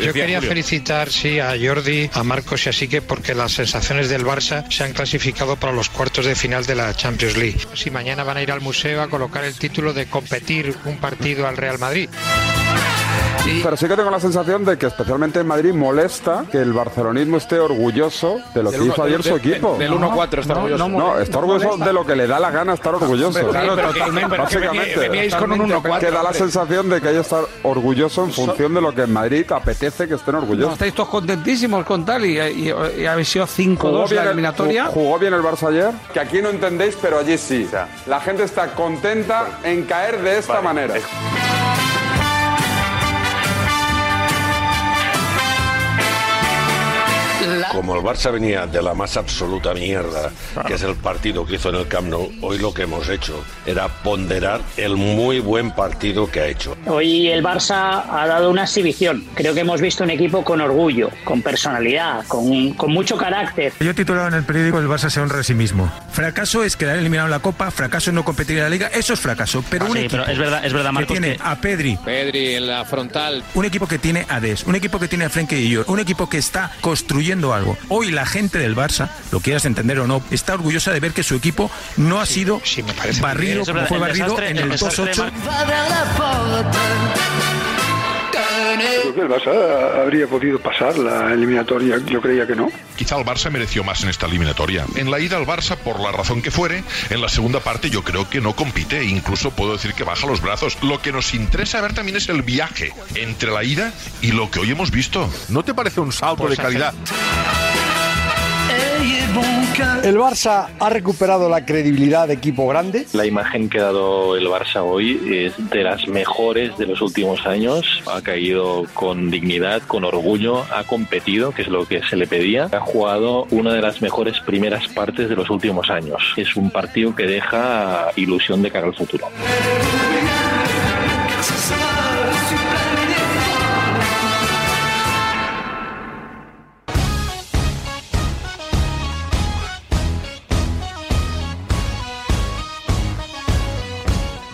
Yo quería felicitar sí, a Jordi, a Marcos y a Sique porque las sensaciones del Barça se han clasificado para los cuartos de final de la Champions League. Si mañana van a ir al museo a colocar el título de competir un partido al Real Madrid. Pero sí que tengo la sensación de que especialmente en Madrid molesta que el barcelonismo esté orgulloso de lo que Del uno- hizo ayer del- su del- equipo. del 1-4 está No, orgulloso. No, está orgulloso Molesta. de lo que le da la gana estar orgulloso. Hombre, claro, Pero que- totalmente. pero que básicamente. venía- veníais con un 1-4, Que da la hombre. sensación de que hay que estar orgulloso en función de lo que en Madrid apetece que estén No, orgullosos. estáis todos contentísimos con tal y, y, y habéis sido 5-2 la el- eliminatoria. ju- jugó bien el Barça ayer, que aquí no entendéis, pero allí sí. La gente está contenta en caer de esta manera. Como el Barça venía de la más absoluta mierda, que es el partido que hizo en el Camp Nou, hoy lo que hemos hecho era ponderar el muy buen partido que ha hecho. Hoy el Barça ha dado una exhibición. Creo que hemos visto un equipo con orgullo, con personalidad, con, con mucho carácter. Yo he titulado en el periódico El Barça se honra a sí mismo. Fracaso es quedar eliminado en la Copa, fracaso es no competir en la Liga, eso es fracaso. Pero Ah, un sí, equipo pero es verdad- es verdad, Marcos, que tiene que- a Pedri, Pedri en la frontal. un equipo que tiene a Des, un equipo que tiene a Frenkie de Jong, un equipo que está construyendo algo. Hoy la gente del Barça, lo quieras entender o no, está orgullosa de ver que su equipo no ha sido Eso barrido, es como verdad, fue el barrido desastre- en el el desastre 2-8. Va vers la porte. Tenez Creo que el Barça habría podido pasar la eliminatoria, yo creía que no. Quizá el Barça mereció más en esta eliminatoria. En la ida al Barça, por la razón que fuere, en la segunda parte yo creo que no compite, incluso puedo decir que baja los brazos. Lo que nos interesa ver también es el viaje entre la ida y lo que hoy hemos visto. ¿No te parece un salto Pues de calidad? Ayez bon cœur. El Barça ha recuperado la credibilidad de equipo grande. La imagen que ha dado el Barça hoy es de las mejores de los últimos años. Ha caído con dignidad, con orgullo, ha competido, que es lo que se le pedía. Ha jugado una de las mejores primeras partes de los últimos años. Es un partido que deja ilusión de cara al futuro.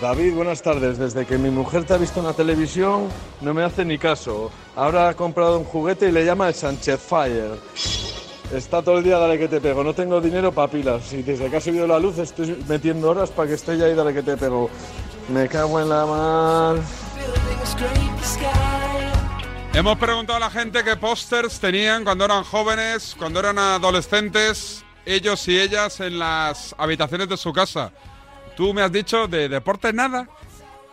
David, buenas tardes. Desde que mi mujer te ha visto en la televisión, no me hace ni caso. Ahora ha comprado un juguete y le llama el Sánchez Fire. Está todo el día, dale que te pego. No tengo dinero para pilas. Y desde que ha subido la luz, estoy metiendo horas para que esté ya ahí, dale que te pego. Me cago en la mar. Hemos preguntado a la gente qué pósters tenían cuando eran jóvenes, cuando eran adolescentes, ellos y ellas en las habitaciones de su casa. Tú me has dicho de deportes nada.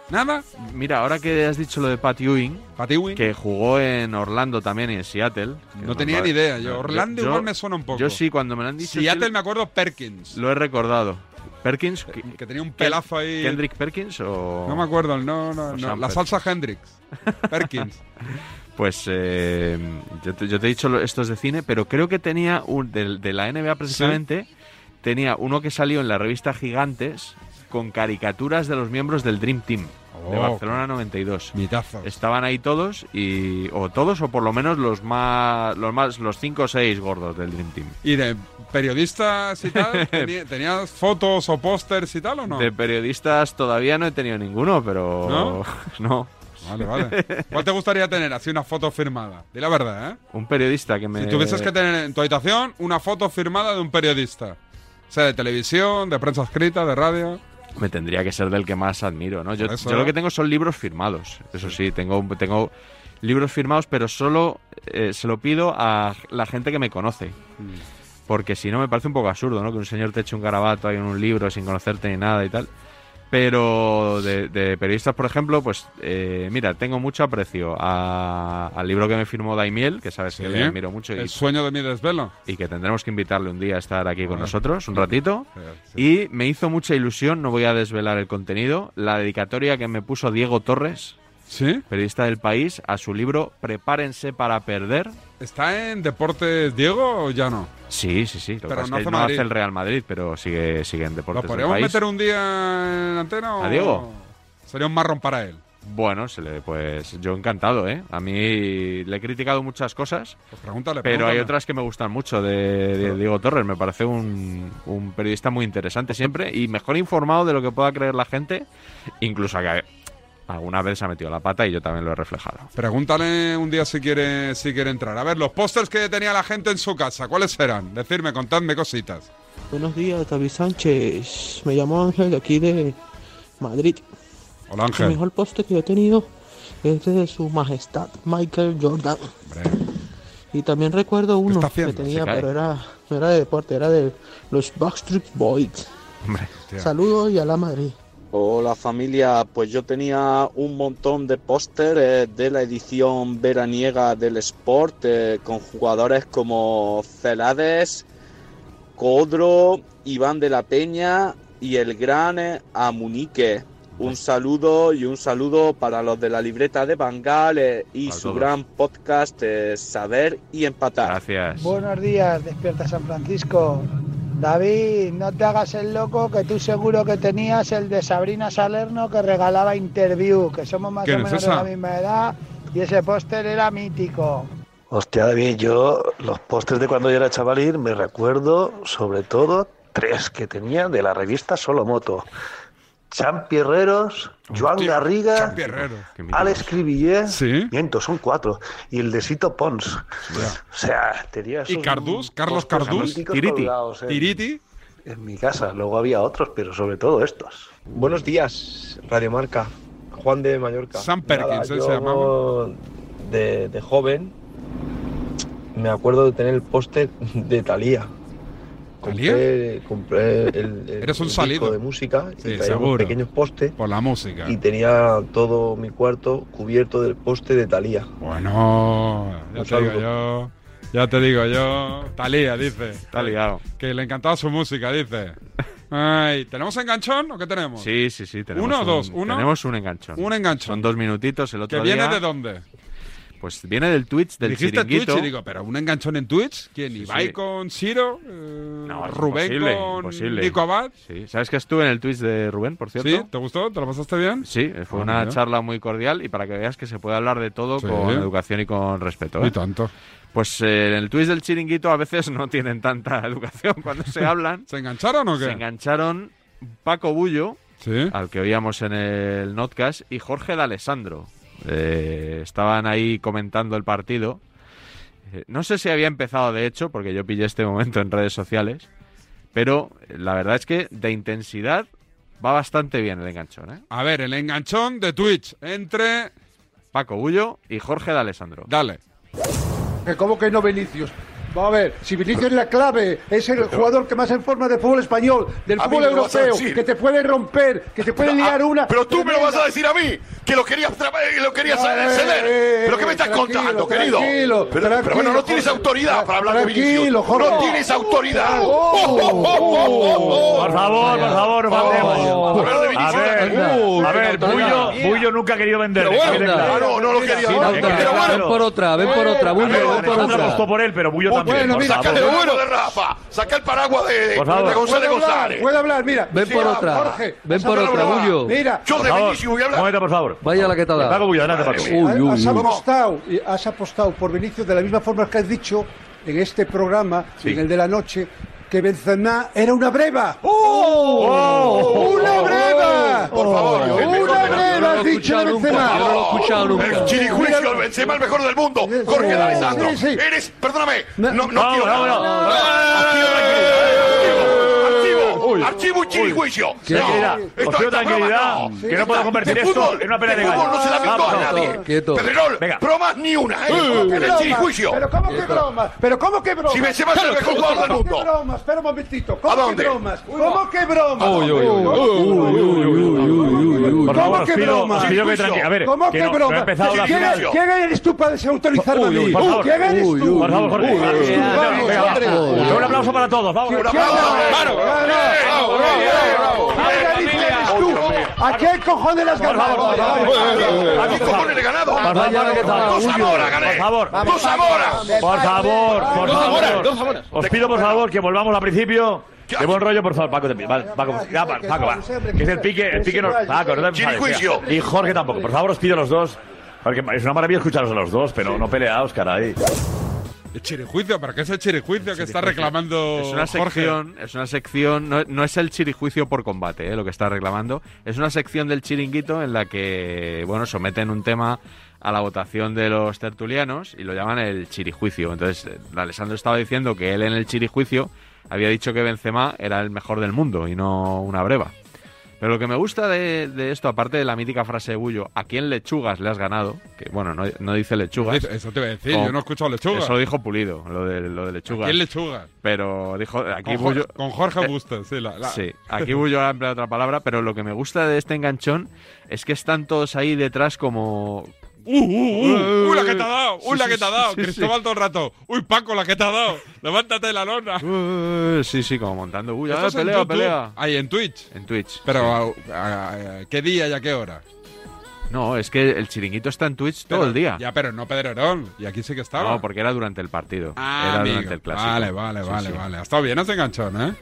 Nada. Mira, ahora que has dicho lo de Pat Ewing, que jugó en Orlando también y en Seattle. que No nos tenía va- ni idea. Yo, Orlando yo- igual me suena un poco. Yo sí, cuando me lo han dicho. Seattle sí, me acuerdo Perkins. lo he recordado. Perkins. Que, tenía un pelazo ahí. Kendrick Perkins o. No me acuerdo, no, no, no. Sam La Perkins. salsa Hendrix. Perkins. Pues eh, yo, te, yo te he dicho lo- esto es de cine, pero creo que tenía un de, de la NBA precisamente, tenía uno que salió en la revista Gigantes con caricaturas de los miembros del Dream Team de Oh, Barcelona 92. Estaban ahí todos y o todos o por lo menos los más los más los cinco o seis gordos del Dream Team. ¿Y de periodistas y tal? ¿Teni- ¿Tenías Ah, fotos o pósters y tal o no? De periodistas todavía no he tenido ninguno, pero ¿No? no. Vale, vale. ¿Cuál te gustaría tener? Así una foto firmada. Di la verdad, ¿eh? Un periodista que me Si tuvieses que tener en tu habitación una foto firmada de un periodista. O sea, de televisión, de prensa escrita, de radio. Me tendría que ser del que más admiro, ¿no? Yo, Por eso. yo lo que tengo son libros firmados. Eso sí, tengo, tengo libros firmados, pero solo eh, se lo pido a la gente que me conoce. Mm. Porque si no, me parece un poco absurdo, ¿no? Que un señor te eche un garabato ahí en un libro sin conocerte ni nada y tal. Pero de, de periodistas, por ejemplo, pues eh, mira, tengo mucho aprecio a- al libro que me firmó Daimiel, que sabes que le ¿Sí? admiro mucho. El Y, sueño de mi desvelo. y que tendremos que invitarle un día a estar aquí con Ah. nosotros un ratito. Y me hizo mucha ilusión, no voy a desvelar el contenido, la dedicatoria que me puso Diego Torres, periodista del país, a su libro Prepárense para perder. ¿Está en Deportes Diego o ya no? Sí, sí, sí. Lo que Pero pasa es no que hace no hace Madrid. el Real Madrid, pero sigue, sigue en Deportes ¿Lo del podríamos País. meter un día en antena o.? ¿A Diego? Sería un marrón para él. Bueno, se le, pues yo encantado, ¿eh? A mí le he criticado muchas cosas, Pues Pregúntale. pero hay pregúntale. otras que me gustan mucho de, de Diego Torres. Me parece un, un periodista muy interesante siempre y mejor informado de lo que pueda creer la gente, incluso que alguna vez se ha metido la pata y yo también lo he reflejado. Pregúntale un día si quiere, si quiere entrar. A ver, los pósters que tenía la gente en su casa, ¿cuáles eran? Decirme, contadme cositas. Buenos días, David Sánchez. Me llamo Ángel de aquí de Madrid. Hola Ángel. El mejor poste que yo he tenido es de su majestad Michael Jordan. Y también recuerdo uno que tenía, Se cae. pero era, no era de deporte, era de los Backstreet Boys. Saludos y a la Madrid. Hola familia, pues yo tenía un montón de pósteres de la edición veraniega del Sport eh, con jugadores como Celades, Codro, Iván de la Peña y el gran eh, Amunique. Pues- Un saludo y un saludo para los de la libreta de Bangal eh, y A su todos. gran podcast eh, Saber y Empatar. Gracias. Buenos días, despierta San Francisco. David, no te hagas el loco que tú seguro que tenías el de Sabrina Salerno que regalaba Interview, que somos más o ¿Quién es menos de esa? la misma edad y ese póster era mítico. Hostia, David, yo los pósters de cuando yo era chavalín me recuerdo sobre todo tres que tenía de la revista Solo Moto. Champi Herreros, Joan Garriga, Champi Herrero. Alex Cribillé, miento, son cuatro, y el de Sito Pons. O sea, tenía ¿Y esos Cardús? ¿Carlos pósters Cardús? míticos Tiriti. colgados en- Tiriti. En mi casa, luego había otros, pero sobre todo estos. Buenos días, Radio Marca. Juan de Mallorca. Sam Perkins, ¿eh? yo se llamaba. De, de joven me acuerdo de tener el póster de Thalía. Compré, compré el, el- Eres un el disco salido. de música Sí, y traía seguro. unos pequeños pósters Por la música. y tenía todo mi cuarto cubierto del póster de Thalía. Bueno, ya Un te digo saludo. yo. Ya te digo yo. Talía, dice. Está liado. Que le encantaba su música, dice. Ay, ¿tenemos enganchón o qué tenemos? Sí, sí, sí. Tenemos ¿Uno o un- dos? ¿Uno? Tenemos un enganchón. Un enganchón. Son dos minutitos. El ¿Que otro viene día, de dónde? Pues viene del Twitch del Dijiste chiringuito. Twitch y digo, pero un enganchón en Twitch. ¿Quién? Sí, ¿Ibai sí. con Ciro? Eh, No, es Rubén imposible, con imposible. Nico Abad. Sí. ¿Sabes que estuve en el Twitch de Rubén, por cierto? ¿Sí? ¿Te gustó? ¿Te lo pasaste bien? Sí, fue Ah, una mira. charla muy cordial y para que veas que se puede hablar de todo Sí. con educación y con respeto. Y ¿eh? tanto. Pues eh, en el Twitch del chiringuito a veces no tienen tanta educación cuando se hablan. ¿Se engancharon o qué? Se engancharon Paco Bullo, al que oíamos en el Notcast, y Jorge D'Alessandro. Eh, estaban ahí comentando el partido. Eh, no sé si había empezado, de hecho, porque yo pillé este momento en redes sociales. Pero eh, la verdad es que de intensidad va bastante bien el enganchón. ¿eh? A ver, el enganchón de Twitch entre Paco Bullo y Jorge D'Alessandro. Dale. Eh, ¿Cómo que no, Vinicius? Va a ver, si Vinicius es la clave, es el jugador que más en forma de fútbol español, del A mí fútbol me lo vas a europeo, decir. que te puede romper, que te puede liar una. Pero tú me lo vas tremenda. a decir a mí, que lo querías, traba- eh, lo querías No, eh, ceder. eh, ¿Pero qué me estás tranquilo, contando, querido? tranquilo, pero, pero tranquilo, bueno, no tienes Jorge. autoridad para hablar de Tranquilo, Vinicius. Jorge. No tienes autoridad. Oh, oh, Por favor, por favor, mandemos. A ver, a ver, Bullo, Bullo nunca ha querido vender. Pero bueno, claro, no lo quería. Pero bueno. Ven por otra, ven por otra, Bullo, ven por otra. apostó por él, pero Bullo también. Bueno, por mira, saca favor. el bueno de Rafa, saca el paraguas de, de Por favor. González Puede hablar, González. Puede hablar, mira. Ven Sí, por va, otra. Jorge, ven por Sandra otra, Brava. Bullo. Mira. Por Yo de favor. Vinicius voy a hablar. Un momento, por favor. Vaya la que te ha dado. Paco Bullo, adelante, Paco. Has- has, apostado, y has apostado por Vinicius de la misma forma que has dicho en este programa, en el de la noche, que Benzema era una breva. ¡Oh! ¡Una breva! Por favor, ¡Oh! el mejor ¡Una del mundo. breva! Has dicho de Benzema. No, El chirijuicio, el Benzema, el mejor del mundo. Jorge de Alessandro, sí, sí. eres, perdóname, no, no Vamos, quiero vamos, nada. no, Eh, Archivo, tranquilo, archivo, archivo, archivo y chirijuicio. Qué tranquilidad, os pido tranquilidad, que no puedo convertir de esto fútbol, en una pelea de legal. fútbol no se la vengó a Vamos, nadie. quieto. Pedrerol, Venga. bromas ni una, ¿eh? Pero ¿cómo que En el bromas? chirijuicio. Pero cómo que Quieto. bromas, pero cómo que bromas. Si Benzema es el Pero mejor ¿cómo jugador del que mundo. bromas, espera un momentito. ¿Cómo ¿A dónde? que bromas? ¿Cómo que bromas? Uy, uy, uy, ¿Cómo que Por ¿Cómo favor, os que pido, bromas? os pido que tranqui- A ver, ¿Cómo que que no, no ha bromas? empezado la ¿Quién final. quién eres tú para desautorizarme a Uy, uy, mí? por favor. ¿Quién eres Uy, tú? Por favor, Jorge. Uy, uy, uy. Vamos, Venga, Jorge. va. Un aplauso para todos, vamos. ¿Quién- quién eres? ¿Quién narices eres tú? ¿A quién cojones las ganado? ¿A quién cojones le he ganado? Por favor, Dos Zamora gané. Por favor. Dos Zamora. Por favor, por Dos Zamora, favor. dos Zamora. Os pido, por favor, que volvamos al principio. De buen rollo, por favor, Paco, te pido. Vale, Paco, ya, pa- Paco, va. Que es el pique, el pique no. Paco, no te Sin enfades, juicio. venga. Y Jorge tampoco. Por favor, os pido a los dos. Porque es una maravilla escucharos a los dos, pero no peleaos, caray. El chirijuicio, ¿para qué es el chirijuicio que está reclamando Es una Jorge? sección, es una sección no, no es el chirijuicio por combate, eh, lo que está reclamando. Es una sección del chiringuito en la que, bueno, someten un tema a la votación de los tertulianos y lo llaman el chirijuicio. Entonces, eh, Alessandro estaba diciendo que él en el chirijuicio había dicho que Benzema era el mejor del mundo y no una breva. Pero lo que me gusta de, de esto, aparte de la mítica frase de Bullo, ¿a quién lechugas le has ganado? Que bueno, no, no dice lechugas. Eso te iba a decir, yo no he escuchado lechugas. Eso lo dijo Pulido, lo de, lo de lechugas. ¿Quién lechuga? Pero dijo, aquí Con Jor- Bullo- con Jorge eh, Bustos, sí, la- la- Sí, aquí Bullo ha empleado otra palabra, pero lo que me gusta de este enganchón es que están todos ahí detrás como... ¡Uh, uh, uh! ¡Uy, la que te ha dado! Sí, ¡Uy, la sí, que te ha sí, dado! sí, sí. Cristóbal todo el rato. ¡Uy, Paco, la que te ha dado! ¡Levántate de la lona! "Uh", sí, sí, como montando bulla. Esto "Ah, es en pelea, YouTube. pelea. Ahí, en Twitch. En Twitch. Pero, a- a- a- ¿qué día y a qué hora? No, es que el chiringuito está en Twitch todo Pero- el día. Ya, pero no Pedrerol. Y aquí sí que estaba. No, porque era durante el partido. Ah, era amigo. durante el clásico. Vale, vale, Sí, vale, sí. vale. Ha estado bien ese enganchón, ¿eh?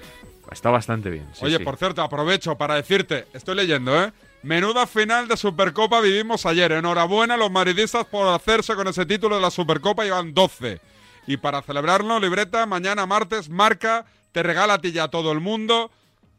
Está bastante bien. sí, Oye, sí. por cierto, aprovecho para decirte, estoy leyendo, ¿eh? Menuda final de Supercopa vivimos ayer. Enhorabuena a los maridistas por hacerse con ese título de la Supercopa, llevan 12. Y para celebrarlo, libreta, mañana martes, marca, te regala a ti y a todo el mundo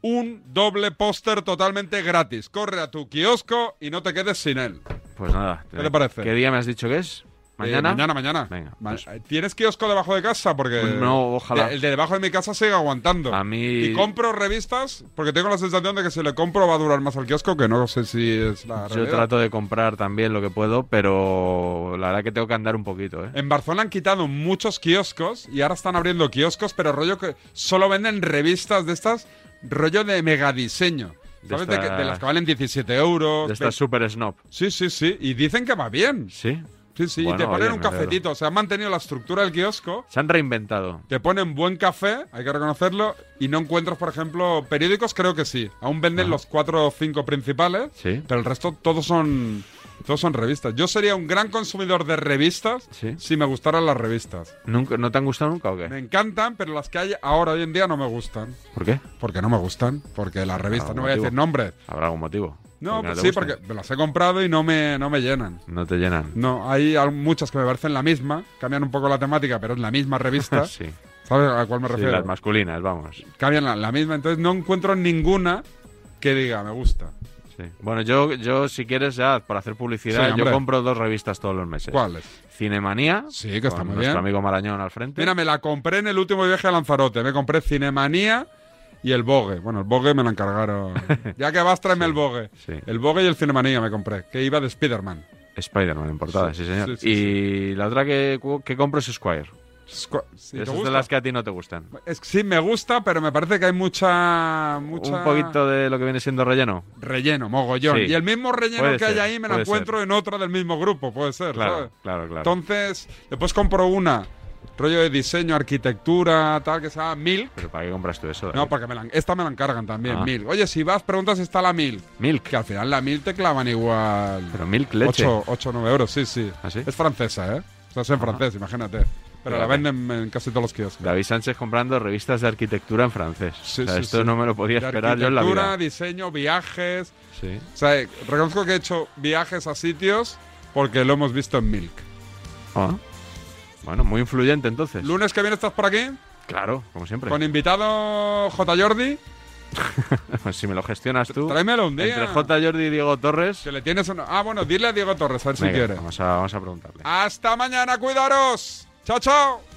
un doble póster totalmente gratis. Corre a tu kiosco y no te quedes sin él. Pues nada. ¿Qué te parece? ¿Qué día me has dicho que es? ¿Mañana? Eh, mañana, mañana. Venga. pues. Ma- ¿Tienes kiosco debajo de casa? Porque No, ojalá. El de debajo de mi casa sigue aguantando. A mí... Y compro revistas porque tengo la sensación de que si le compro va a durar más al kiosco, que no sé si es la Yo realidad. trato de comprar también lo que puedo, pero la verdad que tengo que andar un poquito, ¿eh? En Barcelona han quitado muchos kioscos y ahora están abriendo kioscos, pero rollo que solo venden revistas de estas, rollo de megadiseño. De ¿Sabes? De, que- estas- de las que valen 17 euros. De estas Pues ve- super snob. Sí, sí, sí. Y dicen que va bien. Sí. Sí, sí. Bueno, y te ponen oye, un me alegro. cafetito. O sea, han mantenido la estructura del kiosco. Se han reinventado. Te ponen buen café, hay que reconocerlo, y no encuentras, por ejemplo, periódicos, creo que sí. Aún venden los cuatro o cinco principales, Sí. pero el resto todos son todos son revistas. Yo sería un gran consumidor de revistas Sí. si me gustaran las revistas. ¿Nunca, ¿No te han gustado nunca o qué? Me encantan, pero las que hay ahora hoy en día no me gustan. ¿Por qué? Porque no me gustan. Porque las revistas, algún no voy a motivo? decir nombres. ¿Habrá algún motivo? No, ¿Por qué pues te sí, gustan? porque me las he comprado y no me, no me llenan. No te llenan. No, hay al- muchas que me parecen la misma, cambian un poco la temática, pero es la misma revista. Sí. ¿Sabes a cuál me Sí, refiero? las masculinas, vamos. cambian la, la misma, entonces no encuentro ninguna que diga me gusta. Sí. Bueno, yo, yo si quieres ya, para hacer Sí, publicidad, yo hombre. compro dos revistas todos los meses. ¿Cuáles? Cinemanía. Sí, que está muy bien. Nuestro amigo Marañón al frente. Mira, me la compré en el último viaje a Lanzarote, me compré Cinemanía y el Bogue. Bueno, el Bogue me lo encargaron. ya que vas, tráeme el Bogue. sí. El Bogue y el Cinemanía me compré, que iba de Spider-Man. Spider-Man en portada, sí, Sí, señor. sí, sí, y la otra que, que compro es Squire. Esco- Si te Esas gusta. de las que a ti no te gustan. Es que sí, me gusta, pero me parece que hay mucha. mucha... Un poquito de lo que viene siendo relleno. Relleno, mogollón. Sí. Y el mismo relleno Puede que hay ser, ahí me lo puede ser. encuentro en otra del mismo grupo, puede ser. Claro, ¿sabes? claro, claro. Entonces, después compro una, rollo de diseño, arquitectura, tal, que se llama Milk. Pero ¿para qué compras tú eso? No, porque me la- esta me la encargan también, Ah. Milk. Oye, si vas, preguntas si está la Milk. Milk. Que al final la Milk te clavan igual. Pero Milk leche. ¿Ah, 8, 8 9 euros, sí, sí. Es francesa, ¿eh? O sea, es en francés, imagínate. Pero la Fíjate. venden en casi todos los kioscos. David Sánchez comprando revistas de arquitectura en francés. O sea, sí, esto sí. no me lo podía De esperar yo en la vida. arquitectura, diseño, viajes. Sí. O sea, eh, reconozco que he hecho viajes a sitios porque lo hemos visto en Milk. Ah. Bueno, pues. muy influyente entonces. Lunes que viene estás por aquí Claro, como siempre. con invitado J. Jordi. Pues si me lo gestionas tú. Tráemelo un día. Entre J. Jordi y Diego Torres. Que le tienes una- Ah, bueno, dile a Diego Torres, a ver si Venga, quiere. Vamos a, vamos a preguntarle. Hasta mañana, cuidaros. Chao, chao.